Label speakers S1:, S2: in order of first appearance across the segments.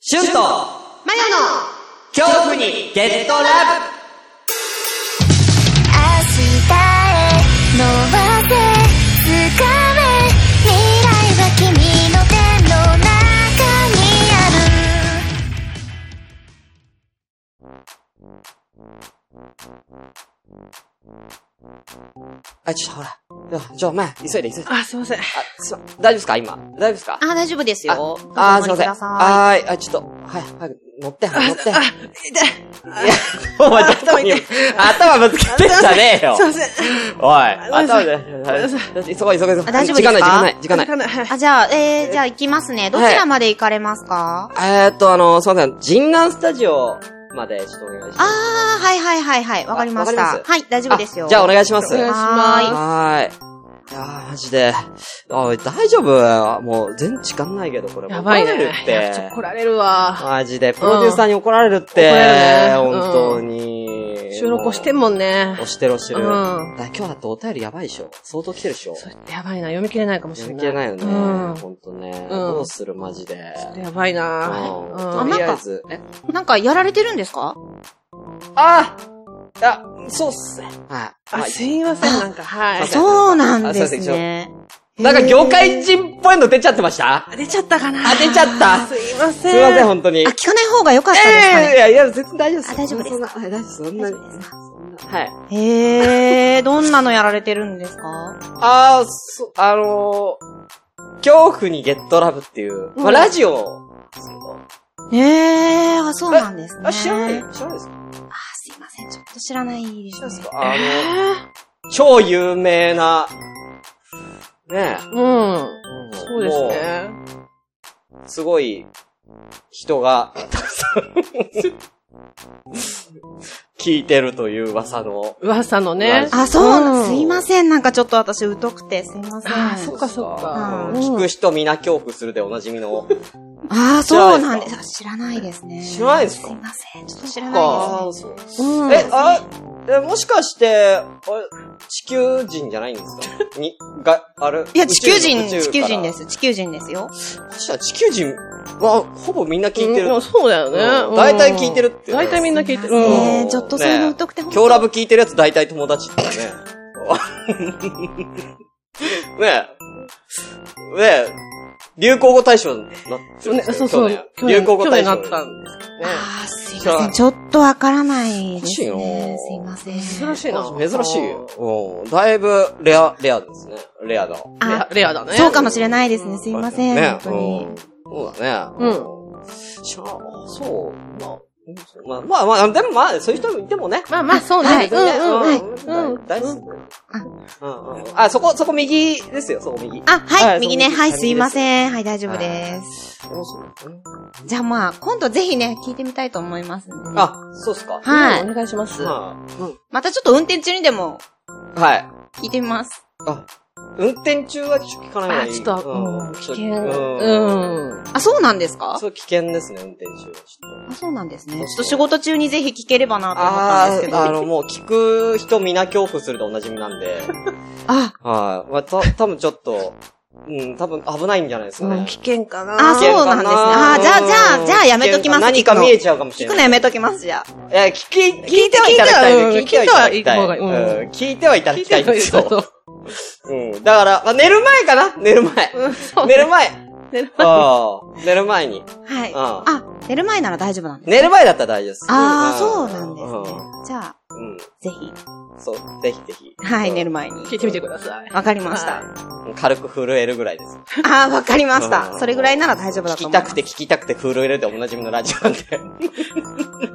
S1: シュンとマヨの恐怖にゲットラブ
S2: 明日へ伸ばせ掴め未来は君の手の中にある
S1: あ、ちょっとほら。ちょ、ちょ、前、急いで急いで。あ、
S3: あ、すいません。
S1: すま、大丈夫ですか今。大丈夫ですか
S4: あ、大丈夫ですよ。
S1: あー、
S4: お
S1: すいま
S4: 乗りく
S1: せん。
S4: ださ
S1: はーい。あ、ちょっと、はい、早く、乗って、
S3: あ、
S1: 乗って。
S3: あ、痛い。
S1: お前、頭に、頭ぶつけてんじゃねえよ
S3: すい。ません。
S1: おい、頭で、
S3: ません
S1: 急ごう急ごう急ごう。
S4: あ大丈夫ですか
S1: 時間ない、時間ない、時間ない。
S3: ない。はい。
S4: い。あ、じゃあ、えー、じゃあ行きますね。どちらまで行かれますか、
S1: えーっと、あの、すいません。ジンガンスタジオまで、ちょっとお願いし
S4: あ
S1: ます。
S4: ー、はいはいはいはい。わかりまし
S1: あわか
S4: た
S1: りま。す
S4: はい、大丈夫ですよ。
S1: あじゃあ、お願いします。
S3: お願いし
S4: は
S3: ま
S1: はーい。いやー、マジで。おい、大丈夫もう、全然時間ないけど、これ。
S3: す。やばい
S1: 怒られる
S3: ね
S1: っ。
S3: いやちょ
S1: て
S3: っと。怒られるわ。
S1: マジで、プロデューサーに怒られるって
S3: うん怒られ。るね
S1: 本当に。
S3: 収録押してんもんね
S1: 押。してる押してる。
S3: うん
S1: だから今日だってお便りやばいでしょ相当来てるでしょ
S3: そうやってやばいな。読み切れないかもしれない。
S1: 読み切れないよね。
S3: うん。ちょ
S1: ほんとね。
S3: ん
S1: どうするマジで。
S3: っとやばいな。
S1: う
S3: うんん
S1: と
S4: あ
S1: り
S4: なん
S1: あえ
S4: か
S1: ず。え
S4: い。なんかやられてるんですか
S1: ああそうっすね。はい。
S3: あ、
S1: はい
S3: すいません。な んか、は
S1: あ
S3: い。
S4: そうなん
S1: あ
S4: です
S1: いま
S4: す
S1: せん
S4: ね。
S1: なんか業界人っぽいの出ちゃってました
S3: あ出ちゃったかな。
S1: あ出ちゃった
S3: すいませ
S1: す
S3: ん。
S1: いません、ほんとに。
S4: あ、聞かない方が良かったですか
S1: ええ
S4: ね。
S1: いやいや、全然大丈夫です。
S4: あ大丈夫です
S1: そんな、はい大丈夫です。そんなに。そんなはい。
S4: へー、どんなのやられてるんですか
S1: あー、そ、あのー、恐怖にゲットラブっていう、まあ、ラジオですけど、
S4: へー、あ、そうなんですね。
S1: あ、知らない知らないですか
S4: あ、すいません。ちょっと知らないです
S1: 知らないです
S4: ね。
S1: かあの、
S3: え
S1: 超有名な、ねえ
S3: ーうん。そうです。ね。
S1: もうすごい、人が、たくさん、聞いてるという噂の。
S3: 噂のね。
S1: か
S4: あ、そうなん、
S3: うん
S4: すいません。なんかちょっと私疎くて、すいません。
S3: あそっかそっ
S4: か
S1: うん聞く人皆恐怖するでおなじみの。
S4: ああ、
S1: 知ら
S4: そ
S1: な
S4: う
S1: いですか
S4: なんです。あ知らないですね。
S1: 知らないですか
S4: すいません。ちょっと知らない
S1: あ
S4: で
S1: ーそう
S3: う
S1: え、あ、え、もしかして、あれ、地球人じゃないんですかに、が、あれ
S4: す。いや、地球人、
S1: 宇宙
S4: 地球人で
S1: 宇宙
S4: す。地球人ですよ。
S1: からそしたら地球人は、ほぼみんな聞いてる
S3: う。んそうだよね
S1: うん。大体聞いてるって
S3: 大体みんな聞いてる。
S1: ん
S4: ね
S3: う
S4: え
S3: ん。
S4: ちょっとそういうの疎くて、
S1: 今日ラブ聞いてるやつ大体友達ってね。 ねえ。ねえ。流行語大賞になってるん
S3: ね
S1: です
S3: そ
S1: よ
S3: うそう。
S1: 去年流行語
S3: 去
S1: 大
S3: 年
S1: 賞
S3: なったんですよね。
S4: ああ、すいません。ちょっとわからないです
S1: 欲
S4: ね。
S1: し
S4: す
S1: い
S4: い
S1: な
S4: ません。
S3: 珍しいな。
S1: 珍しいよ。うん。だいぶ、レア、レアですね。レアだ。
S3: レ
S4: あ
S3: ア、レアだね。
S4: そうかもしれないですね。すいません。
S1: ね
S4: 本当に。
S1: うんそうだね。
S3: うん
S1: ん。知らんそう。まあうんまあ、まあ、まあ、でもまあ、そういう人もいてもね。
S3: まあまあ、そうね。
S4: はい
S3: うんうんうん。
S1: うん。うん。大好き。うんうん。あ、そこ、そこ右ですよ、そこ右。
S4: あ、
S1: は
S4: はいい、右ね。
S1: そう
S4: はい、
S1: です
S4: すいません。はい、大丈夫です。じゃあまあ、今度ぜひね、聞いてみたいと思いますんでね。
S1: あ、そうっすか。
S4: はい。
S3: お願いします。
S1: は
S4: またちょっと運転中にでも
S1: い。はい。
S4: 聞いてみます。
S1: あ、運転中はちょっと聞かない方が
S3: あ、
S1: いい。
S3: ちょっと、
S1: うん
S3: うん危険。
S1: ちょっと
S3: うん。
S4: あ、そうなんですか
S1: そう、危険ですね、運転中は。ちょっと
S4: あ、そうなんですね。ちょっと仕事中にぜひ聞ければなと思ったん
S1: あ
S4: ですけど。
S1: ー、あ
S4: あ
S1: の、もう聞く人皆恐怖するでおなじみなん で。はい。まあ、た、多分ちょっと、うん、多分危ないんじゃないですか
S3: うん
S1: ね
S3: 危。険かな。
S4: あそうなんですねあーじゃあじゃあじゃあやめときます
S1: 何か
S4: 聞くの
S1: 見えちゃうかもし
S4: 聞
S1: れ
S4: く
S1: ない
S4: の。やめときます、じゃ
S1: いや、聞き、聞いてはいただきたいね。
S3: 聞いてはい
S1: 聞いてはいただきたい。うん聞いてはいただ
S3: 聞いてはいた方がいい聞い
S1: きた
S3: て
S1: い
S3: る
S1: ですよ。
S3: と。
S1: うん。だから、まあ、寝る前かな寝る前。
S3: うん、そう
S1: 寝
S3: ね。
S1: る前。
S3: 寝る
S1: ああ、寝る前に。
S4: あ。はい。
S1: あ
S4: あ、寝る前なら大丈夫なんです。
S1: 寝る前だったら大丈夫です。
S4: ああ、そううなんですね。じゃあ、
S1: うん。
S4: ぜひ。
S1: うんそう、ぜひぜひ。
S4: はい、
S1: うん
S4: 寝る前に。
S3: 聞いてみてください。
S4: わかりました。
S1: 軽く震えるぐらいです。
S4: ああ、わかりまし
S1: う
S4: た。
S1: ん
S4: それぐらいなら大丈夫だ
S1: 聞
S4: と
S1: き
S4: 思いま
S1: た
S4: す。
S1: くて聞きたくて震えるでおなじみのラジオなんで。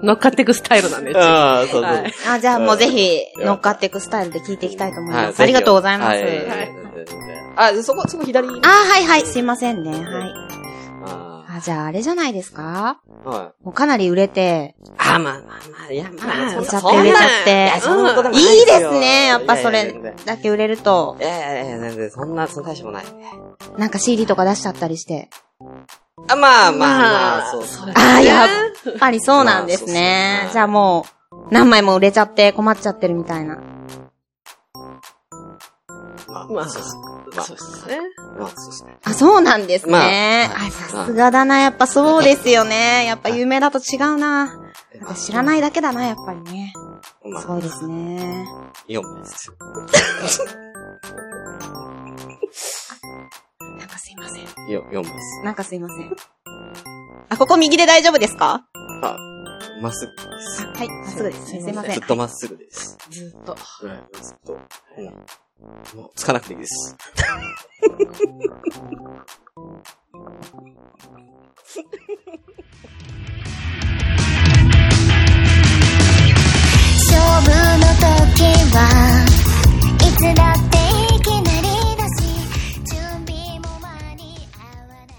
S3: 乗っかっていくスタイルなんで。う
S1: ああ、そうそう。
S3: はい
S4: あ、じゃあもうぜひ
S1: う、ん
S4: 乗っかっていくスタイルで聞いていきたいと思い
S1: は
S4: ま
S1: い
S4: す。ありがとうございます。あ
S1: は
S4: ー、
S1: あ、そこ、そこ左。
S4: はいはい、すいませんね。はい。
S1: あ
S4: あ、じゃああれじゃないですか
S1: ーはい。
S4: もうかなり売れて、
S1: あ、まあまあまあ、いや、まあ、そんな
S4: 売れ
S3: あ
S4: ちゃっ
S1: そん
S4: て
S1: な
S4: 売れちゃ
S1: い
S4: っ
S1: や、
S4: て。
S1: そんなこともない
S4: いい
S1: よ
S4: ですね。やっぱそ
S1: いやいやいや
S4: れだけ売れると、
S1: いやいやいや、全然、そんな、そんな大したもない。
S4: なんか CD とか出しちゃったりして。
S1: あ、まあまあまあ、そうそう。
S4: ああ、やっぱりそうなんですね。
S1: まあそうそう
S4: じゃあもう、何枚も売れちゃって困っちゃってるみたいな。
S1: まあ
S3: まあ、
S1: まあ
S3: そうですね。
S1: まあ、そうですね。
S4: あ、そうなんです
S1: まあ
S4: ね。
S1: はい
S4: あ、さすがだな。やっぱそうですよ ね。やっぱ有名だと違うな。なんか知らないだけだな、やっぱりね。
S1: まあ
S4: そ、うですね。
S1: 4名です。
S4: なんかすいません。
S1: よ4名です。
S4: なんかすいません。あ、ここ右で大丈夫ですか
S1: あ、まっすぐで
S4: あ
S1: す。
S4: はい、まっすぐです。すいませ
S1: ず
S4: ん
S1: っ。とまっすぐです。
S3: ずっと。
S1: はい、ずっと。うん。もう、つかなくていいです。
S2: 勝負の時はいつだっていきなりだし準備も間に合わな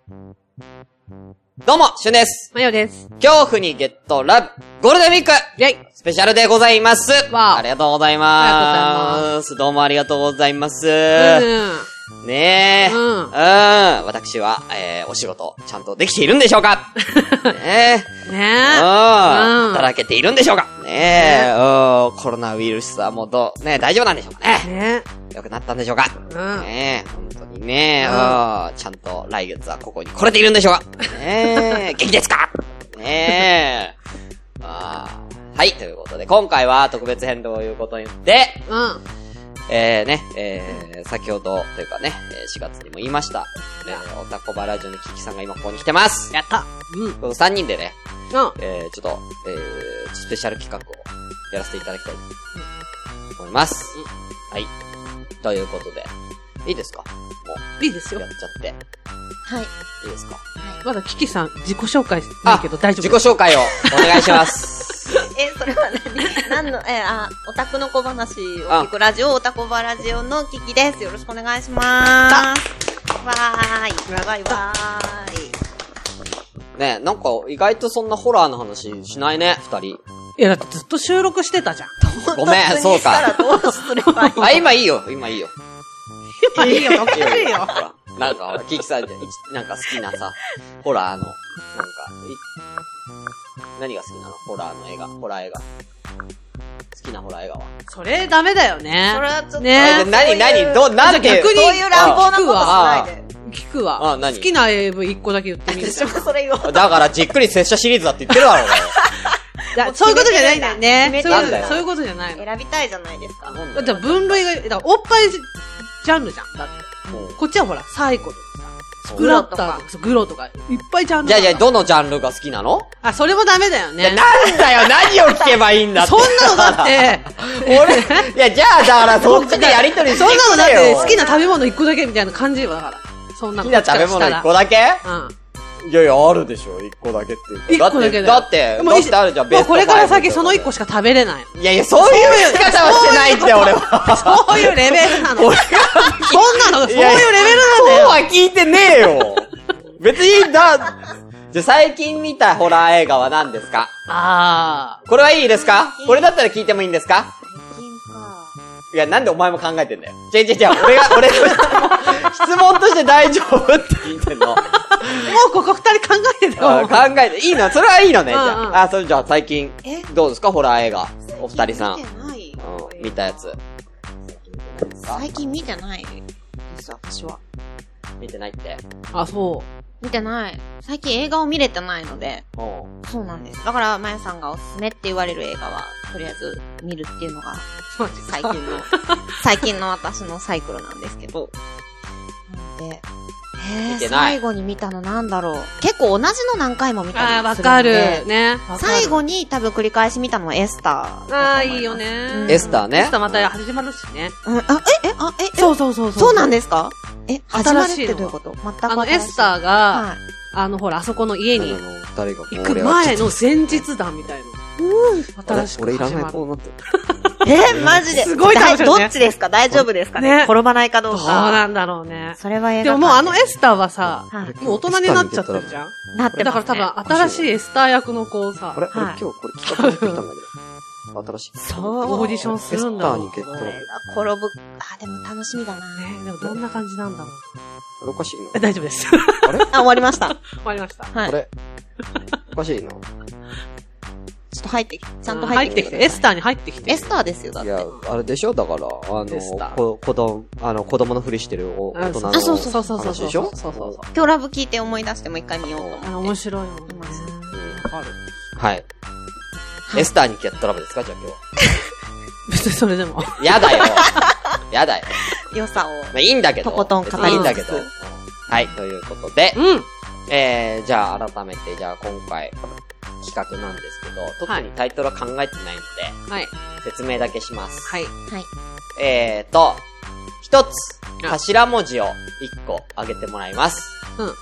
S2: いもん
S1: どうも、しゅんです。
S3: マヨです。
S1: 恐怖にゲットラブ、ゴールデンウィーク
S3: イェイ
S1: スペシャルでございます。
S3: わあ
S1: ありがとうござい
S3: ありがとうござ
S1: ます。どうもありがとうございます。
S3: う
S1: ねえ。
S3: う
S1: うんん。私は、えー、お仕事、ちゃんとできているんでしょう かねえ。う。
S3: ん。ねうんん
S1: 働けているんでしょうかねえ。うん。コロナウイルスはもうどう、ねえ、大丈夫なんでしょうか
S3: え。
S1: ね
S3: ね
S1: 良くなったんでしょうか
S3: うん
S1: ねえ、本当にねうん。ちゃんと来月はここに来れているんでしょうか ねえ。元気ですかねえ。あーはい、ということで、今回は特別編ということによって、
S3: うん。
S1: えー、ね、えー、先ほど、というかね、えー4月にも言いました。えー、おたこばラジオのキキさんが今ここに来てます。
S3: やった。うん。
S1: この3人でね、
S3: うん。
S1: えー、ちょっと、えー、スペシャル企画をやらせていただきたいと思います。
S3: うん
S1: はい。ということで、いいですかも
S3: いいです
S1: う、や
S3: よ
S1: っ。ちゃって。
S4: はい。
S1: いいですか
S3: まだキキさん、自己紹介ないけど大丈夫
S1: 自己紹介をお願いします。
S4: え、それは何何の、え、あ、オタクの小話を聞くラジオ、オタコバラジオのキキです。よろしくお願いします。わーい。長いわー
S1: ねなんか意外とそんなホラーの話しないね、二人。
S3: いや、だってずっと収録してたじ ゃん。
S4: い。
S1: ごめん
S4: 本当に
S1: そうか
S4: したらどうすればいい
S1: あ、 今いいよ、今いいよ。
S3: い いよ、どっかいいよ。
S1: ほら、なんかほら、キキさん、いちなんか好きなさ、ホラーの、なんか、い何が好きなのホラーの映画、ホラー映画。好きなホラー映画は。
S3: それダメだよね。
S4: それはちょっと
S3: ね
S1: あで何、何、ど、なんて、
S3: 逆に
S4: そういう乱暴なことしないで。
S3: 聞くわ。
S1: あ何
S3: 好きな AV 一個だけ言って みる。
S4: 私もそれ言おうと思っ
S1: だから、じっくり拙者シリーズだって言ってるだろ、
S3: だ そういうことじゃないんだよね。
S4: 決
S3: そ
S1: め
S3: う
S1: てん
S3: いう
S1: だよ
S3: そういうことじゃない
S4: て
S3: の。
S4: 選びたいじゃないですか。
S1: 俺。
S3: だって分類が、だからおっぱいジャンルじゃん。だって。
S1: もう
S3: こっちはほら、サイコとかさ、
S1: そう
S3: グラッターとかさ、グロとか、いっぱいジャンル
S1: じゃあじゃあ、
S3: ど、
S1: どのジャンルが好きなの
S3: あ、それもダメだよね。
S1: なんだよ、何を聞けばいいんだって
S3: そんなのだって、
S1: 俺、いや、じゃあ、だから、そっちでやりとりして
S3: そん
S1: くれよ
S3: なのだって、好きな食べ物一個だけみたいな感じよ、だから。そんな
S1: 好きな食べ物一個
S3: だ
S1: だけ
S3: うん。
S1: いやいや、あるでしょ、一個だけっていう
S3: 一
S1: か。
S3: 個だけだよ
S1: だって、だって、
S3: もう
S1: だ
S3: い
S1: っ
S3: い
S1: てあるじゃん、
S3: もうこれから先その一
S1: 一
S3: 個しか食べれない。
S1: いやいや、そういう仕方はしてないって、俺は。
S3: そういうレベルなの。そんなの、そういうレベル
S1: や
S3: なんだよ。
S1: そうは聞いてねえよ。別に、だ、じゃ、最近見たホラー映画は何ですか
S3: あ
S1: これはいいですかこれだったら聞いてもいいんですか
S4: 最近か。
S1: いや、なんでお前も考えてんだよ。じゃじゃじゃ俺が、俺の質問として大丈夫って聞いてん の。
S3: あ。もうここ二人考えてた
S1: あ
S3: よ。
S1: 考えて、いいのそれはいいのね、じゃ
S3: うんうん
S1: あ。あ、それじゃあ最近
S4: え、
S1: どうですかホラー映画。お二人さん。う
S4: 見てない
S1: ん、見たやつ。
S4: 最近見てないです、私は。
S1: 見てないって。
S3: あ、そ
S4: 見てない。最近映画を見れてないので、
S1: うん。
S4: そうなんです。だから、まやさんがおすすめって言われる映画は、とりあえず見るっていうのが、
S3: う。マジ
S4: 最 近の、最近の私のサイクルなんですけど。なので、え
S1: 見
S4: ー、
S1: てない
S4: 最後に見たのなんだろう。結構同じの何回も見たりする
S3: あ
S4: の
S3: あ、
S4: で。
S3: わかる。ね。わかる
S4: 最後に多分繰り返し見たのはエスターだと思ます。
S3: ああ、いいよね。
S4: うん
S1: エスターね
S3: エスターまた始まるしね。
S4: うん。あ、え、え、あ、え、え
S3: そうそうそう。
S4: そうなんですかえ、始まるっ
S3: 新しい
S4: て
S3: の
S4: どういうこと全く
S3: あの、エスター
S4: ー
S3: が、
S4: はい。
S3: あの、ほら、あそこの家に
S1: 誰が
S3: 行く前の前日談みたいな。新しく始まる。
S1: なって。
S4: え、マジで。
S3: すごい楽しみだね
S4: だどっちですか大丈夫ですかね
S3: ね
S4: 転ばないかど
S3: そうう
S4: か。
S3: なんだろうね。
S4: それは映画
S3: でももうあのエスターはさ、
S4: はい
S3: もう大人になっちゃってるじゃん。
S4: なって
S3: だ
S4: ま
S3: か
S4: す、
S3: ら
S4: ね。
S3: 多分新しいエスター役の子をさ、
S1: あれ
S4: はい
S1: 俺今日これ企画持ってきたんだけど。新しい。
S4: そう。
S3: オーディションするんだろう
S1: エスターに
S4: これが転ぶ。あ、でも楽しみだな。
S3: ねでもどんな感じなんだろう。
S1: おかしいの
S3: え大丈夫です。
S1: あれ
S4: あ、終わりました。
S3: 終わりました。
S4: はい。
S1: れ。おかしいな。
S4: ちょっと入ってきて、ちゃんと
S1: うん
S4: 入
S3: 入
S4: っ
S3: ってて
S4: き
S3: き
S4: て
S3: て、
S4: くだ
S3: エ
S4: さ
S3: スターに入ってき
S4: い。エ
S3: て。
S4: スターですよ、だっ
S1: い
S4: て。
S1: や、あれでしょだから、あ
S3: でした
S1: の、こ、子供、あの、子供のふりしてるお大人の。
S4: あそうそう
S3: そうそうそう
S1: 話でしょ
S3: そうそうそう
S4: 今日ラブ聞いて思い出してもう一回見ようと思って
S3: あの、面白いもんね。
S1: う
S3: わかる。
S1: はい。エスターにやったらダメですかじゃあ今
S3: 別にそれでも。
S1: 日。やだよやだよ。
S4: 良さを。
S1: まあいいんだけど。
S4: とことん語り
S1: 別
S4: 尽くす
S1: にいいんだけど。はい、ということで、
S3: うん。
S1: えー、じゃあ改めて、じゃあ今回、企画なんですけど、特にタイトルは考えてないので、
S3: はい。
S1: 説明だけします。
S3: はい。
S4: はい。
S1: えーと、一つ、
S3: うん
S1: 頭文字を一個あげてもらいます。
S3: うん
S4: い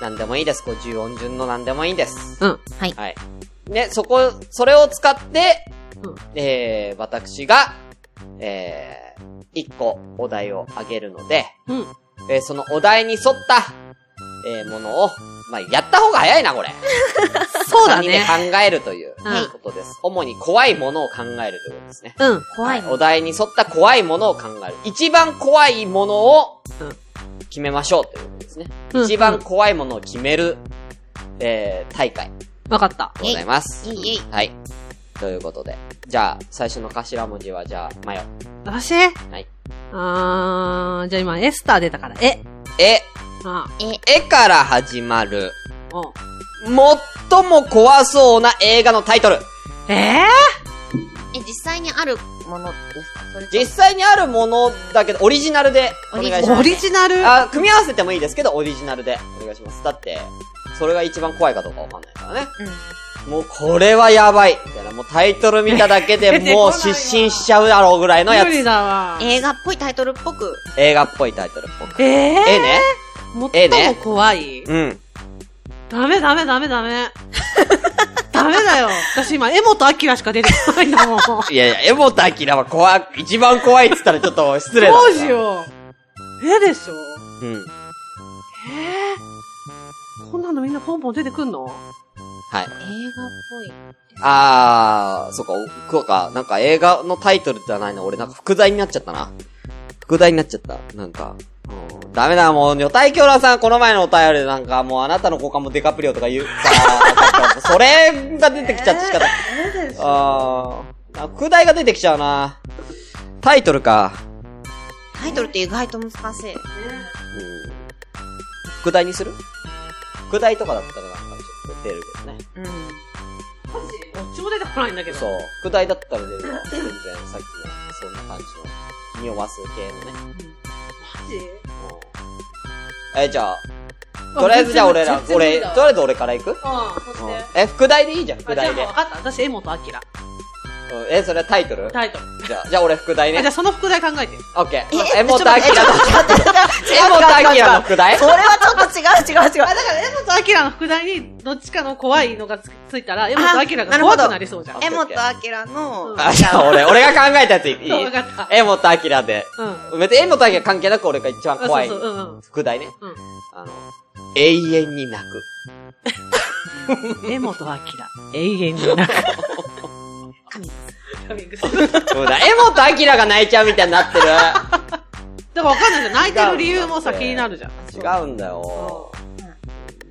S1: 何でもいいです。50音順の何でもいいです。
S3: うん。
S4: はい
S1: はい。で、そこ、それを使って、
S3: うん
S1: えー、私が、えー、一個お題をあげるので、
S3: うん。
S1: えーそのお題に沿った、えー、ものを、まあ、やった方が早いな、これ。
S3: そうだ
S1: 三
S3: ね。
S1: 人で考えるという、
S3: はい
S1: ことです。主に怖いものを考えるということですね。
S3: うん。
S4: 怖い
S1: お題に沿った怖いものを考える。一番怖いものを
S3: うん
S1: 決めましょうということですね。
S3: うん
S1: 一番怖いものを決める、えー、大会で
S3: わかった。
S1: ございます。
S4: イェイイェイ
S1: はい。ということで。じゃあ、最初の頭文字は、じゃあ、マヨ。
S3: 私
S1: はい。
S3: あー、じゃあ今、エスター出たから、え。
S1: え、
S3: あ
S1: えから始まる、
S3: ーおう
S1: 最も怖そうな映画のタイトル。
S3: え
S4: え、実際にあるものですかそれと
S1: 実際にあるものだけど、オリジナルでお願いします
S3: ー、。オリジナル
S1: あ、組み合わせてもいいですけど、オリジナルでお願いします。だって、それが一番怖いかどうかわかんないからね。もうこれはやばいみたいな、もうタイトル見ただけで
S3: 出て
S1: も
S3: こ
S1: う
S3: ないわ
S1: 失神しちゃうだろうぐらいのや
S3: 無理
S1: つ。
S3: だわ
S4: うん。。映画っぽいタイトルっぽく。
S1: 映画っぽいタイトルっぽく。
S3: ええ
S1: ええね
S3: もっ
S1: ええ
S3: と
S1: ね
S3: も怖い
S1: うん。
S3: ダメダメダメダメ。ダメ だよ。私今、エモとアキラしか出てこないんだもん。ど
S1: いやいや、エモタアキラは怖い、一番怖いって言ったらちょっと失礼だ。
S3: うしよう。えでしょ
S1: う。うん。
S3: えー、こんなのみんなポンポン出てくんの
S1: はい。
S4: 映画っぽい。
S1: あー、そうか、そうか、なんか映画のタイトルじゃないの、俺なんか副題になっちゃったな。副題になっちゃった。なんか、うんダメだ、もう、女体狂乱さん、この前のお便りでなんか、もうあなたの股間もデカプリオとか言う さ、それが出てきちゃって仕方ない。
S3: えでし
S1: あー、あ副題が出てきちゃうな。タイトルか。
S4: タイトルって意外と難 しい。
S1: うん副題にする副題とかだったらなんかちょっと出るけどね。
S4: うん。
S3: マジどっちも出てこないんだけど。
S1: そう。副題だったら出るわ。全然さっきの、そんな感じの、匂わす系のね。
S3: マジ
S1: え、じゃあ、とりあえずじゃあ俺ら、
S3: 全然無
S1: 俺、
S3: 理
S1: と
S3: だ
S1: りあえず俺から行く
S3: うん、そして。
S1: え、副題でいいじゃん、副
S3: あ、じゃあ
S1: 題
S3: もう
S1: で
S3: 分。かった。私、エモとアキラ。
S1: うんえ、それはタイトル
S3: タイトル。
S1: じゃあ、じゃあ俺副題
S3: あじゃ
S1: ね
S3: あ。その副題考えて。
S1: オッケー。エモタキラの、エモ
S4: 違う違う違う
S1: タキラの副題
S4: それはちょっと違う違う違う。
S3: あ、だから、エモとアキラの副題に、どっちかの怖いのがつついたら、エモとアキラが怖くなりそうじゃん。
S1: な
S4: エ
S1: るほ
S4: モ
S1: ど
S4: とアキラの、
S1: あ、じゃあ俺、俺が考えたやついい
S3: そうわかった
S1: エモタキラで。
S3: うん。あ
S1: 別にエモタキラ関係なく俺が一番怖い
S3: そう。そう、うん
S1: 副題ね。
S3: うん。
S1: あの、永遠に泣く。
S3: うん。エモとアキラ。永遠にな く。カミングス。カミングス。だか
S1: そうだ、エモとアキラが泣いちゃうみたいになってる。
S3: らわかんないじゃん。泣いてる理由もさ、気になるじゃ
S1: 違
S3: ん。
S1: うんだよ。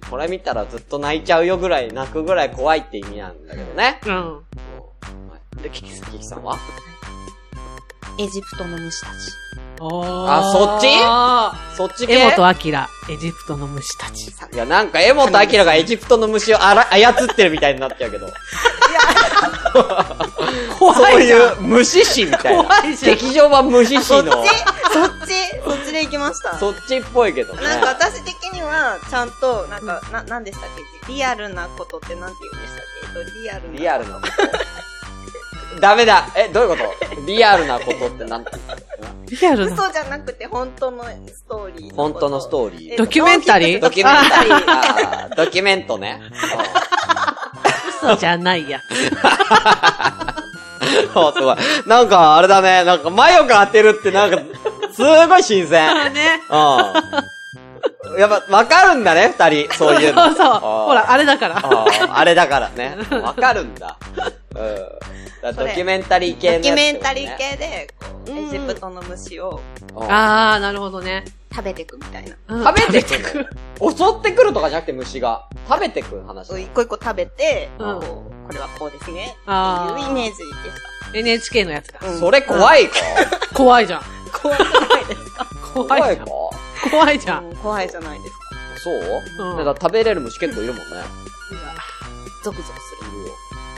S1: これ見たらずっと泣いちゃうよぐらい、泣くぐらい怖いって意味なんだけどね。
S3: うん。
S1: で、キキさんキキさんは
S4: エジプトの虫たち。
S1: あそっち系
S3: エモとアキラ、エジプトの虫たち。
S1: いや、なんかエモとアキラがエジプトの虫をあら操ってるみたいになっちゃうけど。そう
S3: 怖いじ
S1: い
S3: ゃん。
S1: う無視師みたいな。
S3: 怖いじゃん
S1: 劇場版無視師の、
S4: そっち、そっちで行きました。
S1: そっちっぽいけどね。
S4: なんか私的には、ちゃんと、なんか、な、なんでしたっけリアルなことってなんて言うんでしたっけえっとリアルな。
S1: リアルなこと。ダメだ。え、どういうことリアルなことってなんて
S3: リアルな。
S4: 嘘じゃなくて、本当のストーリー。
S1: 本当のス
S4: ー
S1: トーリー。
S3: ドキュメンタリー
S1: ドキュメンタリー。あードキュメントね。
S3: 嘘じゃないや。
S1: そう、すごい。なんか、あれだね。なんか、マヨが当てるってなんか、すごい新鮮。
S3: あね。
S1: うん。やっぱ、わかるんだね、二人。そういうの。
S3: そうそう。
S1: あー
S3: ほら、あれだから。
S1: あーあれだからね。わかるんだ。うん。だからドキュメンタリー系の
S4: ド
S1: やつってことね、
S4: キュメンタリー系で、こう、
S3: うん
S4: エジプトの虫を
S1: うん。
S3: あー、なるほどね。
S4: 食べていくみたいな。
S3: うん
S1: 食べてく。襲ってくるとかじゃなくて虫が。食べてく話だ
S4: そう。一個一個食べて、
S3: うん
S4: ここれはこうですね。
S3: あ
S4: っていうイメージでし
S3: NHK のやつだ
S4: た。。うん
S1: それ怖いか
S3: 怖いじゃん。
S4: 怖くないですか
S3: 怖
S1: 怖い
S3: いじ
S1: か
S3: ゃん。怖いじゃん。
S4: うん怖いじゃないですか。
S1: そう
S3: うん
S1: だから食べれる虫結構いるもんね。
S4: ゾクゾクする。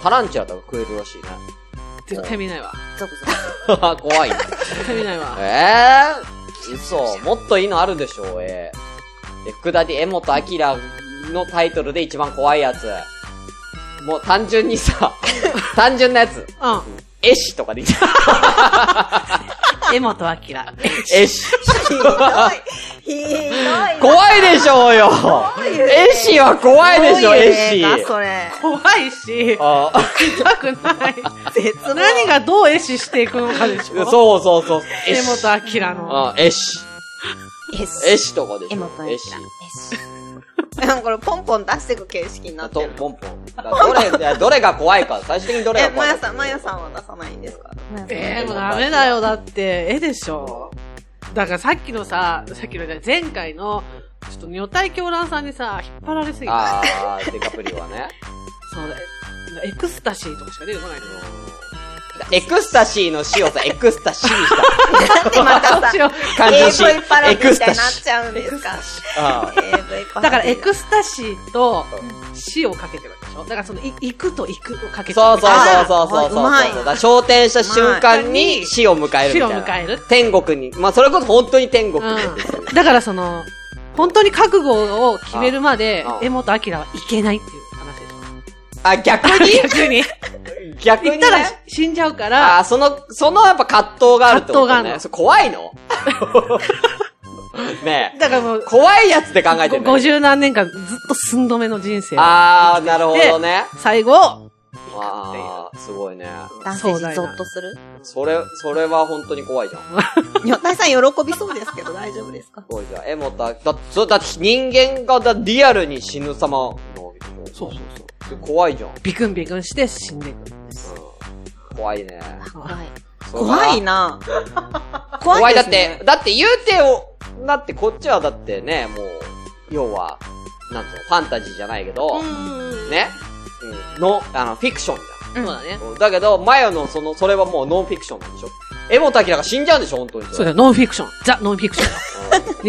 S1: タランチュラとか食えるらしいね。
S3: 絶対見ないわ。
S4: ゾクゾクする。
S1: 怖い ね。
S3: 絶対見ないわ。
S1: えー、嘘。もっといいのあるでしょう、えー。で、くだり、江本明のタイトルで一番怖いやつ。もう単純に さ、単純なやつ。
S3: う
S1: 絵師とかで いいじゃん。
S3: ん。江本明。
S1: 絵師。
S4: ひどい。ひどいな。
S1: 怖いでしょうよ
S4: いよね
S1: 絵師は怖いでしょ、
S4: どういう
S1: 絵
S4: 映
S1: 師。
S4: 画それ。
S3: 怖いし、
S1: あ
S3: 痛くない。
S4: 絶妙。
S3: 何がどう絵師していくのかでし
S1: そう
S3: ょ。
S1: そうそう。絵
S3: 江
S1: 師。
S3: 本明の。
S1: あ絵師。
S4: 絵
S1: 絵
S4: 師。
S1: 師とかでしょ。
S4: 絵本
S1: 絵
S4: 絵
S1: 師
S4: 師。。なんかこれポンポン出してく形式になっ
S1: と
S4: てる。
S1: ポンポン。だからどれ、いやどれが怖いか、最終的にどれ
S4: え
S1: が、
S4: ま
S1: 怖い
S4: や
S1: か。
S4: さん、まやさんは出さないんですか
S3: えー、もうダメだよ。だって、絵でしょ。だからさっきのさ、さっきのじゃない前回の、ちょっと女体狂乱さんにさ、引っ張られすぎた。
S1: あー、デカプリはね。
S3: そうだ。エクスタシーとかしか出てこない のよ。
S1: エクスタシーの死をさ、エクスタシーにし
S4: なんでまた
S3: どう
S4: さ、
S3: しよう
S1: た感じの死
S4: AV パロ
S1: エ
S4: ディ
S1: ク
S4: み
S1: ス
S4: たい
S1: タ
S4: になっ
S1: シ
S4: ちゃうんですか
S1: ー。あ
S4: AV パロディ
S3: だから、エクスタシーと、死をかけてるわけでしょだから、その、い行くと行くをかけてる。
S1: そうそうそうそうそうそう
S4: うまい
S1: そう。だから昇天した瞬間に死を迎えるみたいな。
S3: 死を迎える
S1: 天国に。まあ、それこそ本当に天国に。
S3: うん。だから、その、本当に覚悟を決めるまで
S1: ああ、
S3: 江本明はいけないっていう話でしょ。
S1: あ、逆に
S3: 逆に。
S1: 逆に
S3: 行
S1: ね
S3: ったら死んじゃうか
S1: あー、
S3: ら、
S1: その、そのやっぱ葛藤があるってこと
S3: 葛藤があ
S1: ね。
S3: る
S1: それ怖いの ねえ。
S3: だからもう、
S1: 怖いやつって考えてる、ね。
S3: 50何年間ずっと寸止めの人生を
S1: あー、なるほどね。
S3: 最後、
S1: あー、すごいね。
S4: 男性陣ゾッとする
S1: それ、それは本当に怖いじゃん。
S4: 女体さん喜びそうですけど大丈夫ですか
S1: 怖いじゃん。え、もた、だ、そだって人間がだリアルに死ぬ様なわけでしょ。
S3: そうそうそう。
S1: そう。怖いじゃん。
S3: ビクンビクンして死んでいく。
S1: うん怖いね。
S4: 怖い。
S1: そうだ
S4: 怖い。な
S1: 怖い
S4: 怖い
S1: だ
S4: で
S1: っ
S4: す
S1: て
S4: ね。、
S1: だって言うてを、だってこっちはだってね、もう、要は、なんつうの、ファンタジーじゃないけど、
S3: ん。
S1: ね、うん、の、あの、フィクションじ
S3: そうだね。
S1: ゃん。だけど、マヨのその、それはもうノンフィクションなんでしょエモタキラが死んじゃうんでしょ本当に。
S3: そうだよ、ノンフィクション。ザ・ノンフィクション。
S1: う ん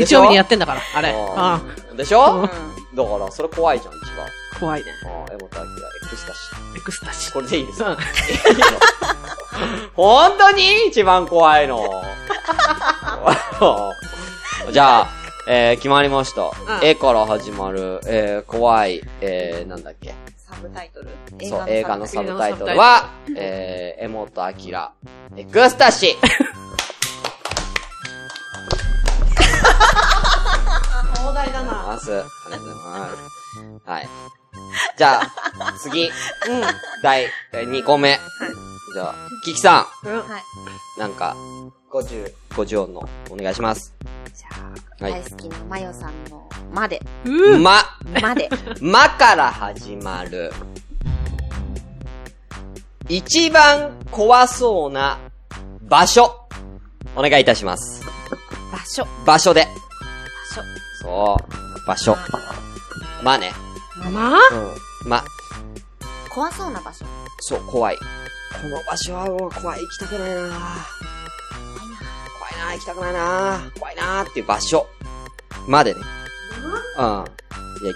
S3: 日曜日にやってんだから、あれ。あ
S1: あ
S3: あ
S1: ーでしょ、
S4: うん
S1: だから、それ怖いじゃん、一番。
S3: 怖いね。
S1: あーエモタキラ、エクスタシー。
S3: エクスタシー。
S1: これでいいです
S3: う
S1: か
S3: ん。
S1: 本当に一番怖いの。 じゃあ、えー、決まりました。
S3: ん
S1: 絵から始まる、えー、怖い、えー、なんだっけ。
S4: サブタイトル
S1: そう、映画のサ
S4: ブ
S1: ブタイトルは、えー、江本明、エクスタシー。
S3: 壮大だな。
S1: ます。ありがとうございます。はい。じゃあ、次。うん。第2個目。じゃあ、キキさ
S4: タイトル。はい。
S1: ん、なんか、50、50音の、お願いします。
S4: じゃあ、
S1: はい
S4: 大好きなまよさんの、まで、
S3: う
S1: ま、
S4: まで。
S1: まから始まる。一番怖そうな場所。お願いいたします。
S4: 場所、
S1: 場所で。
S4: 場所。
S1: そう。場所。まあね。
S3: ま
S1: うん。ま、
S4: 怖そうな場所。
S1: そう、怖い。この場所はもう怖い。行きたくないな怖いな怖いな行きたくないな怖いなっていう場所。までね。うん。いや、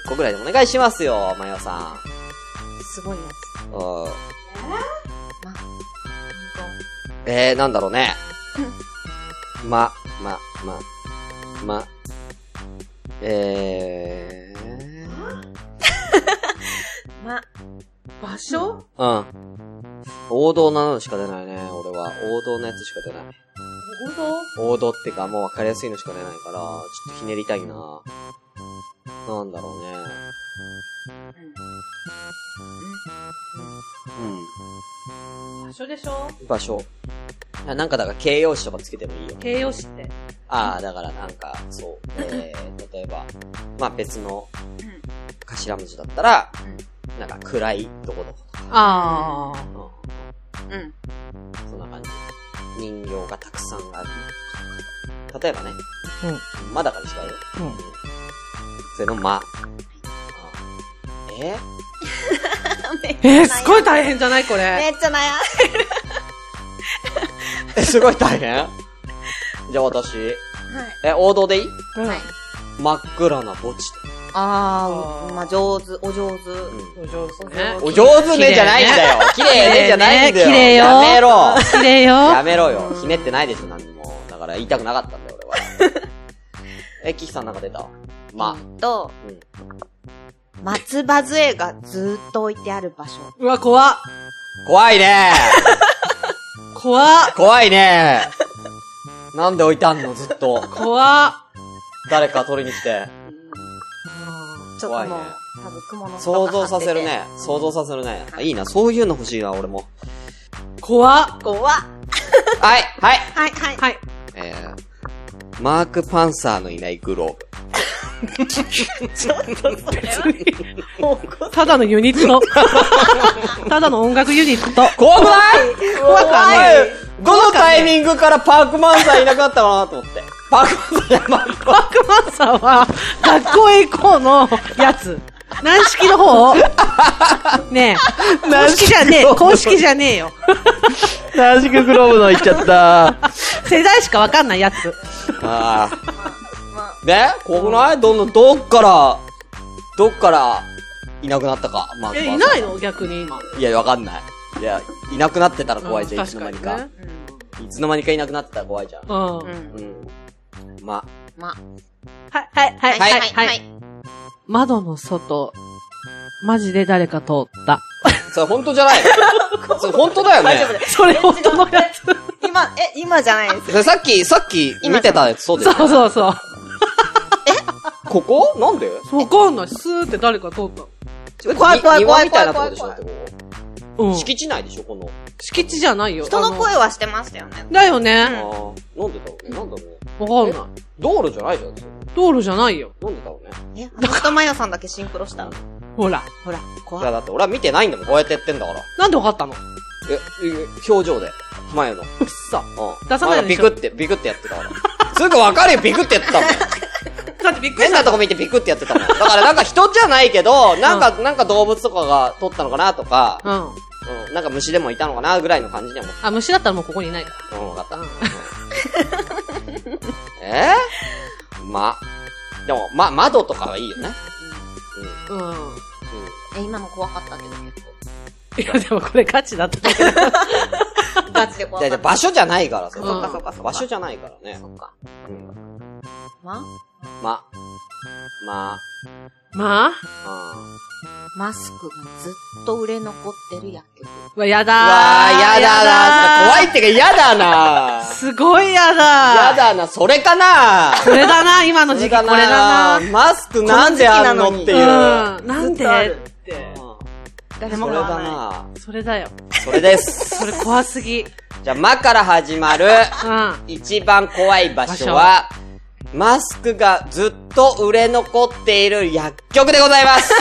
S1: 一個ぐらいでお願いしますよ、まよさ
S4: すごいや
S1: ん。うん。
S4: つ。
S1: えー、なんだろうね。ま、ま、ま、ま、え
S4: ま、
S3: 場所
S1: ー、うん。王道なのしか出ないね、俺は。王道のやつしか出ない。
S3: 本当
S1: 王道ってか、もう分かりやすいのしか出ないから、ちょっとひねりたいな。なんだろうね。
S3: 場所でしょ
S1: うん。場所。あなんかだから形容詞とかつけてもいいよ。
S3: 形容詞って。
S1: ああ、だからなんか、そう。えー、例えば、まあ別の
S4: ん
S1: 頭文字だったら、なんか暗いところとか。
S3: ああ。
S4: うん。
S1: そんな感じ。人形がたくさんある。例えばね。うん。まだから違うよ。
S3: うん。
S1: それのま。え
S4: めっちゃ悩む
S3: えー、すごい大変じゃないこ
S4: め
S3: れ。
S4: っちゃ悩
S1: え、 すごい大変じゃあ私。
S4: む。はい。
S1: え、王道でいい
S3: うん
S4: はい。
S1: 真っ暗な墓地
S4: あ
S3: あー
S4: ー、まあ、上手、お上手。
S3: お上手ね。
S1: お上手ねじゃないんだよ。綺麗ねじゃないんだよ。
S3: 綺麗よ。
S1: やめ ろ。
S3: 綺麗よ。
S1: やめろよ。ひねってないでしょ、何にも。だから言いたくなかったんだよ、俺は。 え、岸さんなんか出たま
S4: え、っと、
S1: うん。
S4: 松葉杖がずーっと置いてある場所。
S3: うわ、怖っ。
S1: 怖いね
S3: 怖っ。
S1: 怖いねなんで置いてあんの、ずっと。
S3: 怖っ。
S1: 誰か取りに来て。
S4: ちょ
S1: 怖
S4: っと
S1: いね
S4: もう、多分雲の巣と
S1: 想
S4: か
S1: 像させるね。想像させるね。あいいな、そういうの欲しいな、俺も。
S3: 怖っ。
S4: 張ってて。怖っ。
S1: はい、はい。
S4: はい、はい。
S3: はい。
S1: えー、マーク・パンサーのいないグロ
S3: ただのユニッ ト。ただの音楽ユニット。
S1: ーブ。怖くない
S3: 怖くはない
S1: どのタイミングからパークマンサーいなくなったのかなと思って。パークマンサーやばい。
S3: バックマンサーは、学校へ行こうのやつ。軟式の方ねえ。公式じゃねえ。公式じゃねえよ。
S1: ナジクグローブの行っちゃった。
S3: 世代しかわかんないやつ。
S1: ああ。ね怖くないどの、どっから、どっから、いなくなったか。マークパ
S3: え、い
S1: ンサー
S3: ないの逆に今。
S1: いや、わかんない。いや、いなくなってたら怖いじゃん、い
S3: うん
S1: つの間
S3: 確
S1: に
S3: に
S1: か。
S3: ね
S1: いつの間にかいなくなってたら怖いじゃん。
S3: うん。
S4: う
S3: は
S1: う
S4: ん。
S3: い、
S1: ん。ま、
S4: ま、
S3: はい、はい、
S1: はい
S3: はい、はい。。窓の外、マジで誰か通った。
S1: それ本当じゃないのそれ本当だよ
S4: 大丈夫で
S1: ね。
S4: す。
S3: それ本当のやつ。
S4: 今、え、今じゃないです。
S1: それさっき、さっき見てたやつ、そうです。
S3: そうそうそう。
S1: ここなんで
S3: わかんない。スーって誰か通った。
S4: 怖い怖い怖
S1: 庭
S4: い
S1: みたいなと
S4: 怖
S1: こ
S4: い
S1: でしょ
S4: 怖
S1: だ
S4: い
S1: ってこ
S3: う
S1: こ
S3: ん。
S1: 敷地内でしょこの。
S3: 敷地じゃないよ。
S4: 人の
S3: あ
S4: 声はしてましたよね。
S3: だよね。
S1: ああ。なんでだろうねなんだろうね
S3: わかんない。
S1: 道路じゃないじゃん。それ
S3: 道路じゃないよ。
S1: なんでだろうね
S4: え、ずっとマヨさんだけシンクロした。
S3: ほら。
S4: ほら、
S1: いや、
S4: 怖い。
S1: だって俺は見てないんだもん。こうやってやってんだから。
S3: なんでわかったの
S1: え、え表情で。前の。うん。
S3: くっそ。出さないで
S1: ビ
S3: しょ
S1: クって、ビクってやってたから。すぐわかるよ、ビクってやってたもん。
S3: だってびっくりし
S1: 変
S3: た。
S1: なとこ見てビクってやってたもん。だからなんか人じゃないけど、なんか、なんか動物とかが撮ったのかなとか、
S3: うん。
S1: うん、なんか虫でもいたのかなぐらいの感じには思っ
S3: あ、虫だったらもうここにいないか
S1: た。うん、わか
S3: ら。
S1: っ
S3: うん。
S1: た。 えー、ま。でも、ま、窓とかはいいよね。
S3: うん。
S1: うん。
S4: え、今も怖かったけど 結構。
S3: いや、でもこれガチだった。
S4: ガチで怖
S1: いや
S4: かっ
S1: いや
S4: た。
S1: 場所じゃないから、それ
S3: そうかそう
S4: かそうか
S1: 場所じゃないからね
S4: そ。っか。
S1: うん。
S4: ま、
S1: ま、ま、
S3: まあ
S1: あ
S4: マスクがずっと売れ残ってる薬局。
S3: うわ、やだー。
S1: ー。うわー、やだな怖いってか、やだな
S3: すごいやだ
S1: やだなそれかな
S3: これだな、今の時期これだな。
S1: マスクなんであんのっていう。
S3: うん。なん
S4: ずっとあ
S3: で
S4: る
S3: って。
S4: 誰も
S1: それ
S4: 買
S1: だ
S4: わない。
S1: な
S3: それだよ。
S1: それです。
S3: それ怖すぎ。うん。
S1: じゃあ、まから始まる、
S3: あ
S1: 一番怖い場所は、マスクがずっと売れ残っている薬局でござい ます。